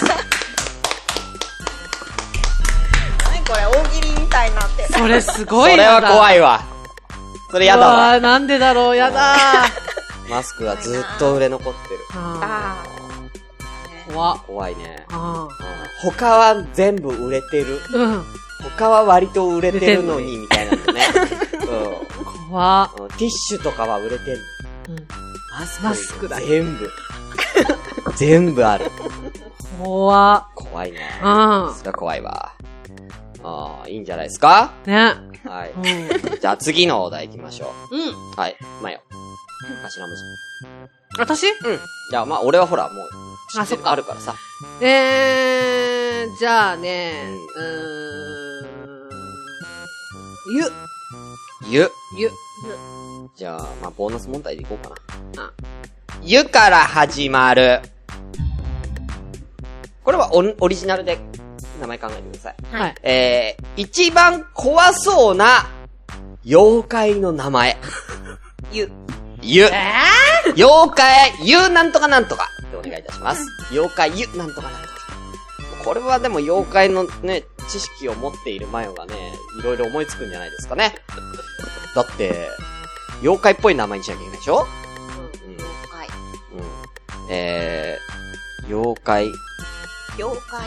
S4: 何これ、大喜利みたいになってる。
S3: れすご
S1: そ
S3: い
S1: れ
S3: や
S1: は
S3: だ。
S1: 怖
S3: い。
S1: いわ。それやだわ。
S3: なんでだろう、やだ
S1: マスクがずっと売れ残ってる。
S3: ー。あ
S4: あ
S3: ー怖っ。
S1: 怖いね。
S3: あ
S1: うん他は全部売れてる。
S3: ーうん。
S1: 他は割と売れてるのに、みたいなのね。
S3: 怖っ。
S1: うんうん。ティッシュとかは売れてる。
S3: うん
S1: マスク
S3: マスクだ
S1: 全部。全部ある。
S3: 怖っ。
S1: 怖いね。
S3: うん
S1: それは怖いわ。ああ、いいんじゃないですか
S3: ね。
S1: はい。
S3: うん。
S1: じゃあ次のお題行きましょ
S3: うん。
S1: う。はい。まあよ。頭文字。
S3: 私
S1: うん。じゃあまあ俺はほら、もう、
S3: あ
S1: 知って
S3: そっ
S1: る
S3: か
S1: あるからさ。
S3: えー、じゃあね、
S1: う
S3: うーん。ゆ、
S1: ゆ。
S3: ゆ、
S1: じゃあ、まあ、ボーナス問題でいこうかな
S3: あ。
S1: ゆから始まる。これはオンオリジナルで名前考えてください。
S4: はい
S3: はい。
S1: えー、一番怖そうな妖怪の名前。
S4: ーゆ。
S1: ゆ。
S4: え
S1: 妖怪、ゆなんとかなんとか。でお願いいたします。妖怪、ゆなんとかなんとか。これはでも妖怪のね、知識を持っているマヨがね、いろいろ思いつくんじゃないですかね。だって、妖怪っぽい名前にしなきゃいけないでしょ
S4: ーはい。
S1: うん。えー、妖怪、
S4: 妖怪、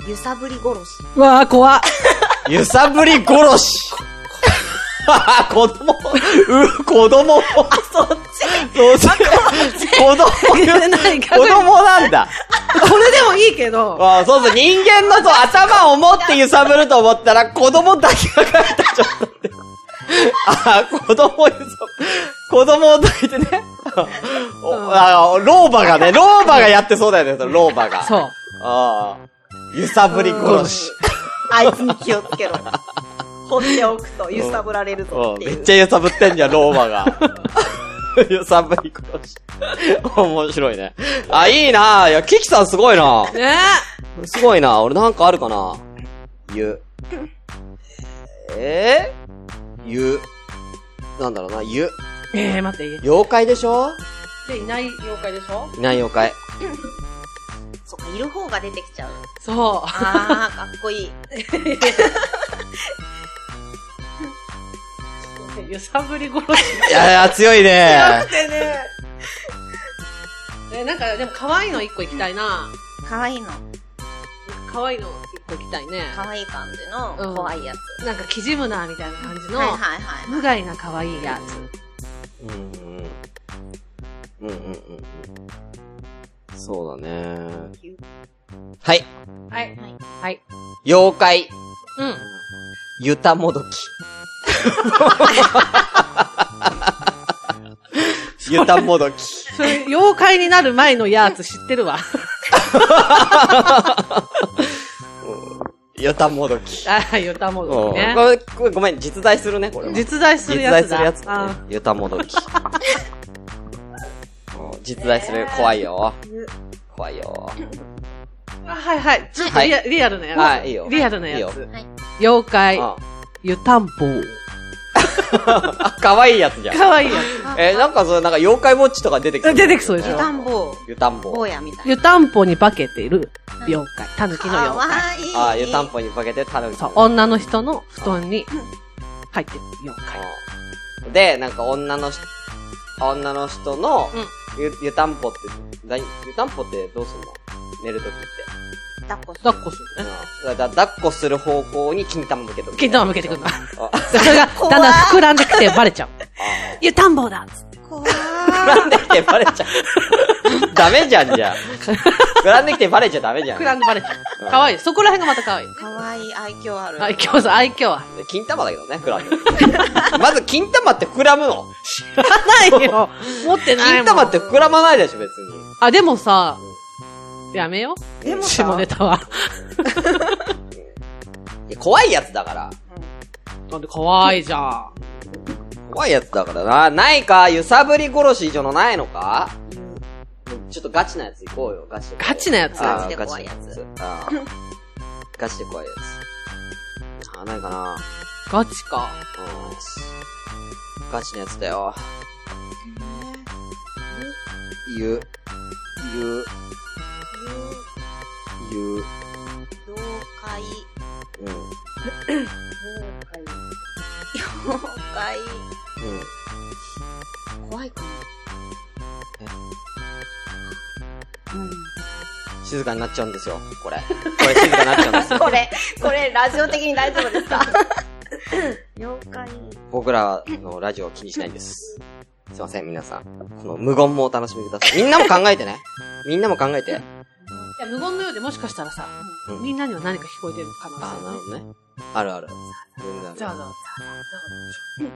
S1: うん。
S4: 揺さぶり殺し。
S3: うわー、 怖っ。
S1: 揺さぶり殺し。 子供、う、子供。あ、そっち。そうそう子供、
S3: れない
S1: 子供なんだ。
S3: これでもいいけど、
S1: あそうそう、人間のそう頭を持って揺さぶると思ったら、子供だけが書いた。ちょっと待って。あ子供を揺さぶ子供を抱いてね。おあ老婆がね、老婆がやってそうだよね、その老婆が。。
S3: そうう。
S1: あ揺さぶり殺し。
S4: あいつに気をつけろ。放っておくと揺さぶられるぞ
S1: う
S4: っ
S1: ん
S4: て
S1: め
S4: いう。
S1: っちゃ揺さぶってんじゃん、ローマ が。揺さぶり殺し。面白いね。あ、いいないや、キキさんすごいな
S3: ね
S1: すごいな俺なんかあるかな湯。えー、湯。なんだろうな、湯。
S3: え。えー、待って、
S1: 妖怪でしょ
S3: で、いない妖怪でしょ
S1: いない妖怪。
S4: そっか、いる方が出てきちゃう。
S3: そ
S4: あー、かっこいい。
S3: う。揺さぶり殺し。
S1: いやいや、強いね
S4: でね。
S3: え、なんか、でも可愛いの一個行きたいな。
S4: かわいいの。
S3: 可愛いの一個行きたいね。
S4: かわいい感じ
S3: うん
S4: の、怖いやつ。
S3: なんか、キジムナーみたいな感じの
S4: はい、はいはい。
S3: 無害な可愛いやつ。
S1: うんうんうん。うんうんうんうん。そうだねはい。
S3: はい。はい。
S1: 妖怪、
S3: うん。
S1: ゆたもどき。ゆたもどき。
S3: それ、妖怪になる前のやつ知ってるわ。
S1: ゆたもどき。
S3: ああ、ヨタモ
S1: うん
S3: ド
S1: ごめん
S3: ね。
S1: ごめん、ごめん、実在するね、これは。
S3: 実在するや
S1: 実
S3: つだ。
S1: 在するやつ、ね。ゆたもどき。うん実在する。怖いよ。怖いよ。
S3: ああはいはい。ちょっと
S1: はい
S3: リア,、リアルなやつ。
S1: はい、いいよ。
S3: リアルない
S1: い
S3: や
S1: よ
S3: つ。
S4: はい。
S3: 妖怪、
S1: あ、
S3: 湯たんぽ。
S1: あ可愛いやつじゃん。
S3: かわいいや
S1: え、なんかそれ、なんか妖怪ウォッチとか出てきそう。
S3: 出てきそうでしょ
S4: 湯たんぼ
S1: ゆたん
S4: う、
S1: ぼ
S4: 坊。やみた
S3: つ。
S4: いな。
S3: 湯たんぽに化けている妖怪。たぬきの
S4: か
S3: 妖怪。
S4: わいい。
S1: あ、ゆたんぽに化けてたぬき。
S3: そう、女の人の布団に入ってる妖怪。
S1: うんで、なんか女の人、女の人の
S3: うん、
S1: ゆ、湯たんぽって、だい湯たんぽってどうすんの寝るときって。
S4: 抱っこする
S3: 抱っこす
S1: う
S3: る
S1: ん
S3: ね。
S1: だから、抱っこする方向に金玉向けとく。
S3: 金玉向けてくるの。
S1: あ。
S3: それが、だんだん膨らんできてバレちゃう。
S1: あ
S3: 湯たんぽだ
S4: 怖
S1: 膨
S4: ー
S1: らんできてバレちゃ う。ダメじゃん、じゃあ。膨らんできてバレちゃダメじゃん
S3: 膨。らんでバレちゃう。かわいい。そこら辺がまたかわいい。
S4: かわいい愛嬌ある。
S3: 愛嬌さ、愛嬌は。
S1: 金玉だけどね、膨らんでる。まず、金玉って膨らむの
S3: ないよ。 持ってないも
S1: 金
S3: ん。
S1: 玉って膨らまないでしょ、別に。
S3: あ、でもさ、やめよ。
S4: でもさ
S3: 下ネタは。
S1: いや怖いやつだから。
S3: なんで、可愛いじゃん。
S1: 怖いやつだからな。ないか揺さぶり殺し以上のないのかちょっとガチなやつ行こうよ、ガチで。
S3: ガチなやつ
S1: あ
S4: ガ
S1: ー
S4: チで怖いやつ
S1: ガチなやつ。あーガチで怖いやつ。あー、ないかな。
S3: ガチか。
S1: うんガチなやつだよ。ゆ、ゆ、ゆ、
S4: 妖怪、
S1: うん、うん。
S4: 妖怪、怖いかも。
S1: 静かになっちゃうんですよ、これ。これ静かになっちゃうんですよ。
S4: これ、これ、ラジオ的に大丈夫ですか 妖怪。
S1: 僕らのラジオは気にしないんです。すいません、皆さん。この無言もお楽しみください。みんなも考えてね。みんなも考えて。
S3: いや、無言のようでもしかしたらさ、
S1: うん
S3: みんなには何か聞こえてる可能
S1: あー、なる
S3: 性
S1: ほどね。あるある。全然ある
S3: じゃあ、じゃあ、
S4: 妖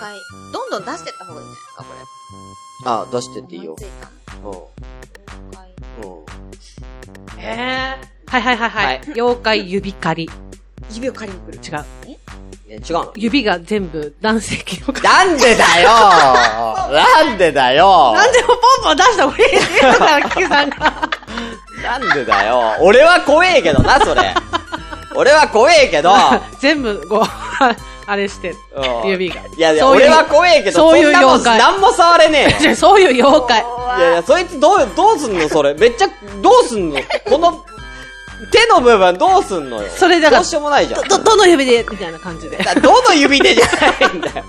S4: 怪。どんどん出してった方がいいんじゃないです
S1: あ、出してっ
S4: か、こ
S1: て
S4: れ。
S1: いいよ
S4: 思。ついた
S1: うん。
S4: 妖怪。
S1: うん。
S3: えー。はいはいはいはい。
S1: はい
S3: 妖怪指狩り。
S4: 指を借りに来る。
S3: 違う。
S1: え、違うの
S3: 指が全部男性器のか。
S1: なんでだよ なんでだよ
S3: なんでもポンポン出した方がいいって言うから、キキさんが。
S1: なんでだよ俺は怖えけどな、それ。俺は怖えけど、
S3: 全部、こう、あれして
S1: う、ん
S3: 指が。
S1: いやいや、
S3: そうう
S1: 俺は怖えけど、
S3: そういう
S1: そんなもん
S3: 妖怪
S1: 何も触れねえよ。
S3: 違うそういう妖怪。
S1: いやいや、そいつどう、どうすんのそれ。めっちゃ、どうすんのこの、手の部分どうすんのよ。
S3: それだから
S1: どうしようもないじゃん。
S3: ど、どの指でみたいな感じで。
S1: だどの指でじゃないんだよ。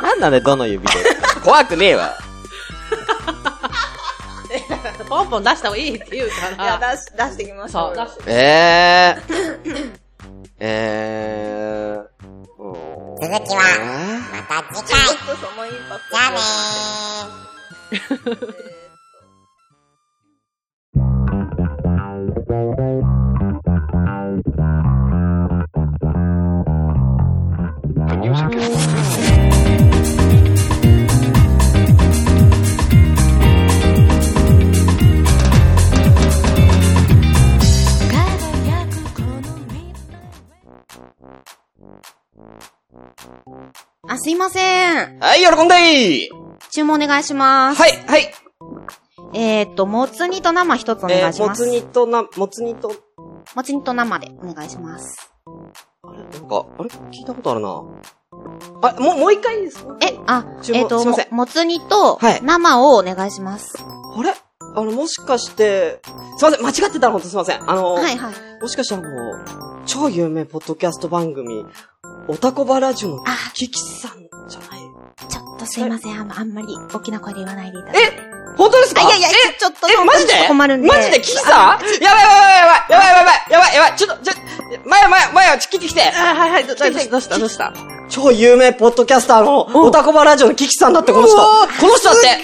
S1: なんなんだよ、どの指で。怖くねえわ。
S3: ポンポン出した方がいいって言うか
S4: いや、
S3: ら。
S4: 出し、出してきまし
S3: そ
S4: ょ
S3: う、
S4: う
S3: 出
S4: よ。
S3: し
S1: えー。えー。続きは、
S4: ちょっとそのインパクト。じゃあねー。
S2: 輝くこの未
S4: あ、すいません。
S1: はい、喜んでー
S4: 注文お願いします。
S1: はい、はい。
S4: えーっと、もつ煮と生一つお
S1: え
S4: 願いし
S1: ー、も
S4: ま
S1: つ
S4: す。
S1: 煮とな、もつ煮と、
S4: もつ煮と生でお願いします。
S1: なんか、あれ聞いたことあるな。あ、もう、もう一回いいですか
S4: え、あ、
S1: 注文
S4: えーっと、
S1: すいま
S4: も
S1: せん
S4: もつ煮と
S1: はい
S4: 生をお願いします。
S1: あれあの、もしかして、すいません、間違ってたらほんとすいません。あの、
S4: はいはい。
S1: もしかしたらもう、超有名ポッドキャスト番組、おたこばラジオの
S4: あ、
S1: キキさんじゃない
S4: ちょっとすいません。あの、あんまり大きな声で言わないでいただいて。
S1: え本当ですか
S4: あ、いやいや、ちょっと、
S1: え、マジで
S4: ちょっと困るんで。
S1: マジでキキさんやばいやばいやばいやばいやばいやばいやばいやばいちょっと、ちょ、前前前ちょ、キキ来て
S3: た。はいはいはい、どどどうしたどうした
S1: 超有名ポッドキャスターの、おたこばラジオのキキさんだって、この人
S3: うわ
S1: この人だっ
S3: すげ
S1: て
S3: え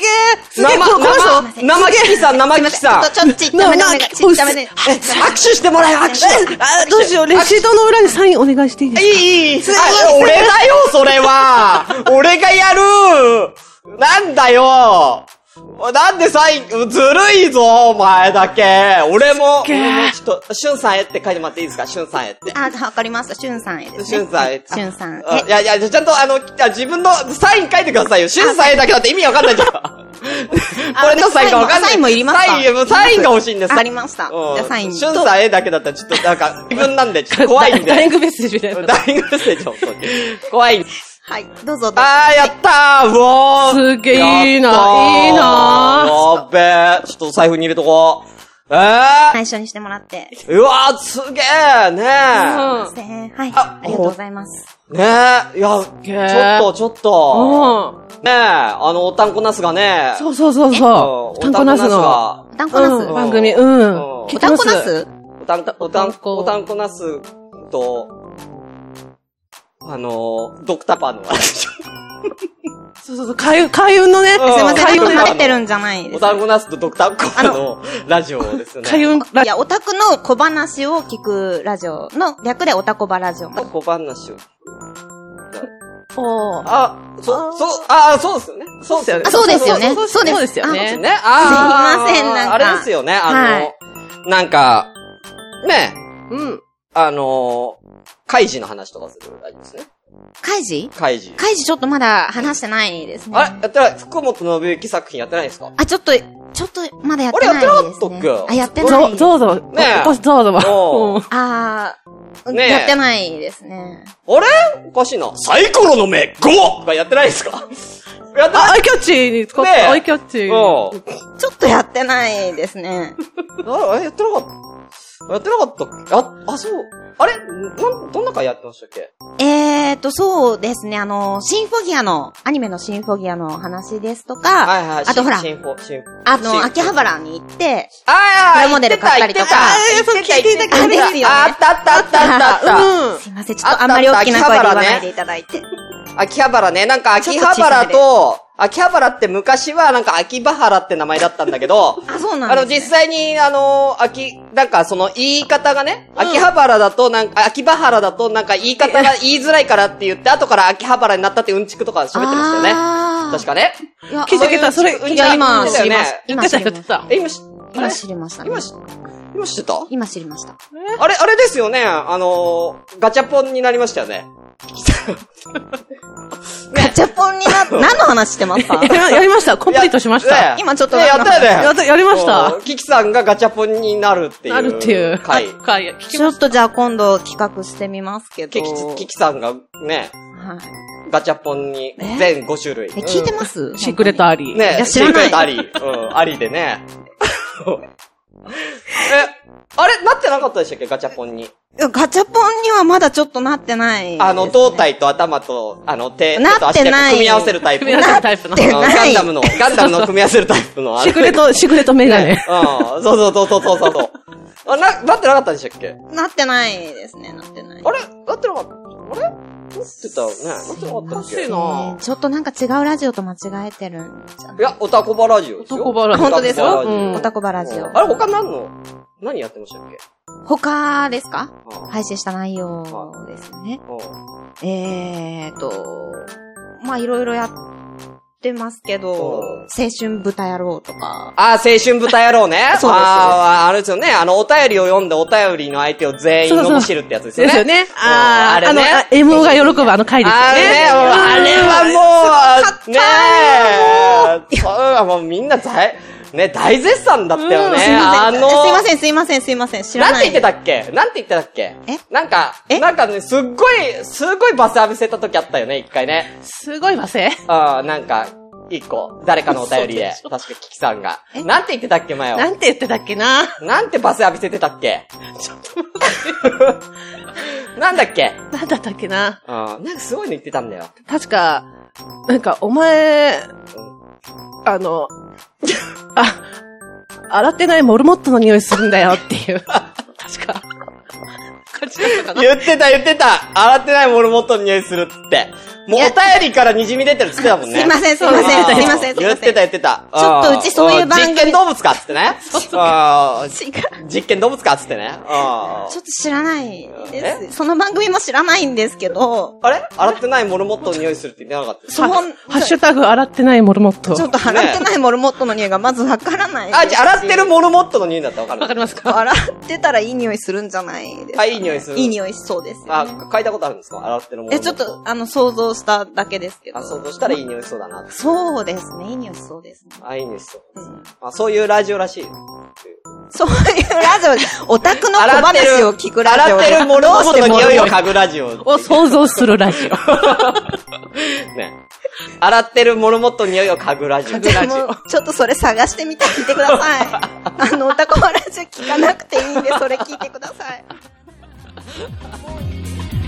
S3: すげえ
S1: 生、
S3: この人
S1: 生、生キキさん、生キキさん。
S4: ちょっと、ちっちゃめでお願い。ちっちゃめで。
S1: え握手してもらえ、握手
S3: あ、どうしよう、レシートの裏にサインお願いしていいですか
S1: いい、いい。あ俺だよ、それは。俺がやる。なんだよ。なんでサイン、ずるいぞ、お前だけ。俺も、
S3: げえ
S1: 俺もちょっと、しゅんさんへって書いてもらっていいですか、しゅんさんへって。
S4: あ、わかりました。しゅんさんへですね。
S1: しゅんさんへ。
S4: しゅんさんへ。
S1: あいやいや、ちゃんとあの、あ自分のサイン書いてくださいよ。しゅんさんへだけだって意味わかんない じゃん。俺のサインがわかんない。
S4: サインもいりますか
S1: サイン、サインが欲しいんです。
S4: あありました。じ
S1: うん
S4: ゃあサイン
S1: しゅん
S4: と。
S1: さんへだけだったらちょっとなんか、自分なんで、ちょっと怖いんで。
S3: ダイイングメッセージみ たいな。
S1: ダイイングメッセージ、本当に。怖い。
S4: はい。どうぞどうぞ。
S1: あー、やったーうおー
S3: すげえいいな
S1: やったー
S3: いいな
S1: やっべーちょっと財布に入れとこう。えー、
S4: 内緒にしてもらって。
S1: うわー、すげえねえ、
S3: うん。
S4: せーはい。
S1: あ
S4: ありがとうございます。
S1: ねえいや、
S3: げえ
S1: ちょっと、ちょっと。
S3: う
S1: ねえあの、おたんこなすがね
S3: ん。そうそうそうそう。
S1: う
S3: タ
S1: んおた
S3: ンコ
S1: んこな
S3: ナ
S1: す
S3: スの。
S1: が。
S4: おたんこな
S3: うん、
S4: す。
S3: 番組、う
S1: うん
S3: ん。
S1: お
S4: お
S3: 聞いて
S4: たん
S3: ま
S4: こなす
S1: おたんこ、おたん
S3: おたんこ
S1: こ、おたんこなすと、あの、ドクターパンの話。
S3: そうそうそう、開運、開運のね。すい
S1: うん
S4: すいません。
S1: 開
S4: ち
S1: 運
S4: ょっと
S1: の
S4: 慣れてるんじゃないで
S1: お
S4: す。
S1: たんこなすとドクターパンのラジオですね。
S3: 開運、
S4: いや、オタクの小話を聞くラジオの略でオタコバラジオ。
S1: 小話を。
S3: おー
S1: あ、そ、そ、ああ、そうですよね。そうですよね。
S4: あ、そうですよね。
S1: そう
S4: そう
S3: そう
S4: で。
S3: ですすよ
S1: ですよ
S3: ね。
S1: ね。あー
S4: すいませんなんか
S1: あれですよね、
S4: は
S1: あ
S4: い
S1: の、なんか、ねえ、
S3: うん。
S1: あの、カイジの話とかするらいいですね。
S4: あカイジ
S1: カイジ。
S4: カイジちょっとまだ話してないですね。
S1: あれやってない、福本信之作品やってない ですか
S4: あ、ちょっと、ちょっとまだやってない
S1: 俺や
S4: で
S1: って
S4: す
S1: なかっ
S4: ね
S1: たっ。け
S4: あ、やってな
S3: ゾ
S4: い。
S3: ウ、ゾウゾウ。
S1: ねえ
S3: おこしゾウゾウ
S1: おう
S3: は。
S4: あー、
S1: ねえ
S4: やってないですね。
S1: あれおかしいな。サイコロの目 5! がやってないですか やってない
S3: アイキャッチに使っ
S1: ねえ
S3: た。アイキャッ
S1: う
S3: チ。
S1: ん。
S4: ちょっとやってないで すね。
S1: あれやってなかった。やってなかったっけあ、あ、そう。あれなん、どんな回やってましたっけ
S4: えーと、そうですね。あの、シンフォギアの、アニメのシンフォギアの話ですとか、
S1: はいはい。
S4: あとほら
S1: 新法、新法。
S4: あ
S1: シン
S4: の、秋葉原に行って、
S1: あ
S4: プラモデル買ったりとか
S1: 言ってた、言ってた。言ってた言ってた
S4: あですよね
S1: ああったあったあったあったあ っ
S3: うん。
S4: すいません、ちょっとあんまり大きな声で言わないでいただいて。
S1: た。秋葉原ね、なんか秋葉原
S4: ちょっ
S1: と、秋葉原って昔はなんか秋葉原って名前だったんだけど、
S4: あ、 そうな
S1: あの、
S4: んで
S1: 実
S4: す、ね。
S1: 際に、あの、秋、なんかその言い方がね、秋葉原だと、なんか、秋葉原だと、なんか言い方 が言いづらいからって言って、後から秋葉原になったってうんちくとか喋ってましたよね。
S4: あー
S1: 確かね。
S4: いや
S3: 気づけた、そ
S1: そうい
S3: れ
S1: う、
S4: いや、今
S1: 聞い
S4: 知
S1: た
S4: り
S1: よね
S4: ました。
S3: 言
S4: 今
S3: って
S4: 知
S3: た、
S4: りま
S3: 言って
S4: した。
S3: た。
S1: え、今し、あれ
S4: 今知りましたね
S1: 今。し、今知ってた
S4: 今知りました。
S1: あれ、あれですよね。あのー、ガチャポンになりましたよね。
S4: ガチャポンに な、何の話してますか
S3: ややりました。コンプリートしました。
S1: ね
S4: 今ちょっと
S1: ねやったよね。
S3: やったやりました
S1: そう。キキさんがガチャポンになるっていう。
S3: あるっていう。
S1: はい。
S3: はい。聞き
S4: ちょっとじゃあ今度企画してみますけど。
S1: キキ、キキさんがね、
S4: はい
S1: ガチャポンに
S4: え
S1: 全5種類。
S4: え、聞いてます、
S3: シークレットアリー。
S1: ね
S4: いや知
S1: シー
S4: ら
S1: ク
S4: な い
S1: レットあり。うん、ありでね。え、あれなってなかったでしたっけガチャポンに。
S4: いやガチャポンにはまだちょっとなってない、
S1: あの、胴体と頭と、あの、手、手と
S4: なっ
S1: 足
S4: て
S1: で
S4: ない
S1: 組み合わせるタイプ
S3: 組み合
S1: の。
S3: わせ
S1: あ
S3: るタイプ
S4: な
S3: の。
S4: って
S1: の
S4: ない
S1: ガンダムの、ガンダムの組み合わせるタイプの。あの
S5: シクレット、シクレットメガネ。
S1: うん、そうそうそうそうそうそう。あ、な、なってなかったでしたっけ
S4: なってないですね、なってない。
S1: あれなってなかった。あれなってたよね。なってなか
S3: お
S1: った
S3: か
S1: っ
S3: し
S1: け
S3: いな
S4: ちょっとなんか違うラジオと間違えてるんじゃない
S1: いや、オタコバラジオですよ。
S3: オタコバラジ
S4: オ本当ですよ
S1: オタコバラジオ
S3: うん
S4: オタコバラジオ。
S1: あれ、他何の、何やってましたっけ
S4: 他ですか
S1: うん
S4: 配信した内容ですね。
S1: う
S4: えーと、まあいろいろやってますけど、
S1: うん
S4: 青春豚野郎とか、
S1: あー、青春豚野郎ね。
S4: そうですそうです
S1: あーあれですよね。あの、お便りを読んでお便りの相手を全員
S5: そうそう
S1: 残してるってやつですよ
S5: で
S1: ね。
S5: すよね。
S1: あーあれね
S5: あの、MO が喜ぶあの回ですよ
S1: あれね
S5: ね。、
S1: あれはもう、ねえ、そうはもうみんな大、ね、大絶賛だったよね。あの、
S4: すいません、すいません、すいません、知ら
S1: なん
S4: な
S1: て
S4: い
S1: 言ってたっけなんて言ってたっけ
S4: え
S1: なんか、
S4: え
S1: なんかね、すっごい、すっごいバス浴びせた時あったよね、一回ね。
S5: すごい罵声。
S1: あーなんか、一個、誰かのお便りで、確かキキさんが。なんて言ってたっけ、前
S3: な
S1: は。
S3: んて言ってたっけな
S1: なんてバス浴びせてたっけ
S3: ちょっと待
S1: なんだっけ
S3: って。なんだったっけな
S1: うん、なんかすごいの言ってたんだよ。
S5: 確か、なんか、お前、あの、あ、洗ってないモルモットの匂いするんだよっていう。確か。
S3: 感じだったかな
S1: 言ってた言ってた洗ってないモルモットの匂いするっつって。もうお便りから滲み出てるっつってたもんね。
S4: すいません、すいません、すいません、すい
S1: 言
S4: ま
S1: って
S4: せん。
S1: た言ってた。
S4: ちょっとうちそういうん番組
S1: 実験動物かっつってね。うん
S4: 違う。
S1: 実験動物かっつってね。うん
S4: ちょっと知らないで
S1: え
S4: す。その番組も知らないんですけど、
S1: あれ洗ってないモルモットの匂いするって言ってなかった
S4: その、
S5: ハッシュタグ洗ってないモルモット。
S4: ちょっと洗ってないモルモットの匂いがまずわからない。
S1: あ、じゃあ洗ってるモルモットの匂いだったらわかる。
S3: わかりますか
S4: 洗ってたらいい匂いするんじゃないですか、
S1: あいい匂いする
S4: いい匂いしそうですよ、
S1: あ、書いたことあるんですか洗ってるモル
S4: え、
S1: モット。
S4: ちょっと、あの、想像しただけですけど。
S1: あ、想像したらいい匂いしそうだな。
S4: そうですね、いい匂いしそうですね。
S1: あ、いい匂いしそう。
S4: うん
S1: あ、そういうラジオらしい。
S4: そういうラジオ、オタクの小
S1: 洗って
S4: 話
S1: る
S4: を聞くラジオ
S1: 洗
S4: で。
S1: ってるモルモットの匂いを
S4: どうして
S1: 嗅ぐラジオっていう。
S5: を想像するラジオ。
S1: ね。洗ってるモルモットの匂いを嗅ぐラジオ。
S4: でも、ちょっとそれ探してみて聞いてください。あの、オタクのラジオ聞かなくていいんで、それ聞いてください。
S2: 「